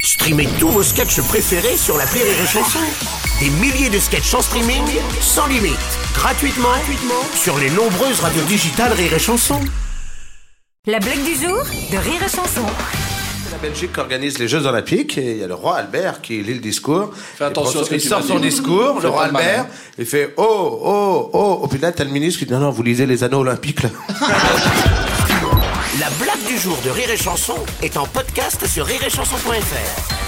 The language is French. Streamez tous vos sketchs préférés sur la Rire et Chanson. Des milliers de sketchs en streaming, sans limite, gratuitement, gratuitement sur les nombreuses radios digitales Rire et Chanson. La blague du jour de Rire et Chanson. La Belgique organise les Jeux Olympiques et il y a le roi Albert qui lit le discours. Fais Il attention à ce que il tu sort vas son dire. discours, Fais le roi pas le malin. Albert, il fait Oh, oh, oh. Au final, t'as le ministre qui dit Non, non, vous lisez les anneaux olympiques là. La blague du jour de Rire et Chanson est en podcast sur rireetchanson.fr.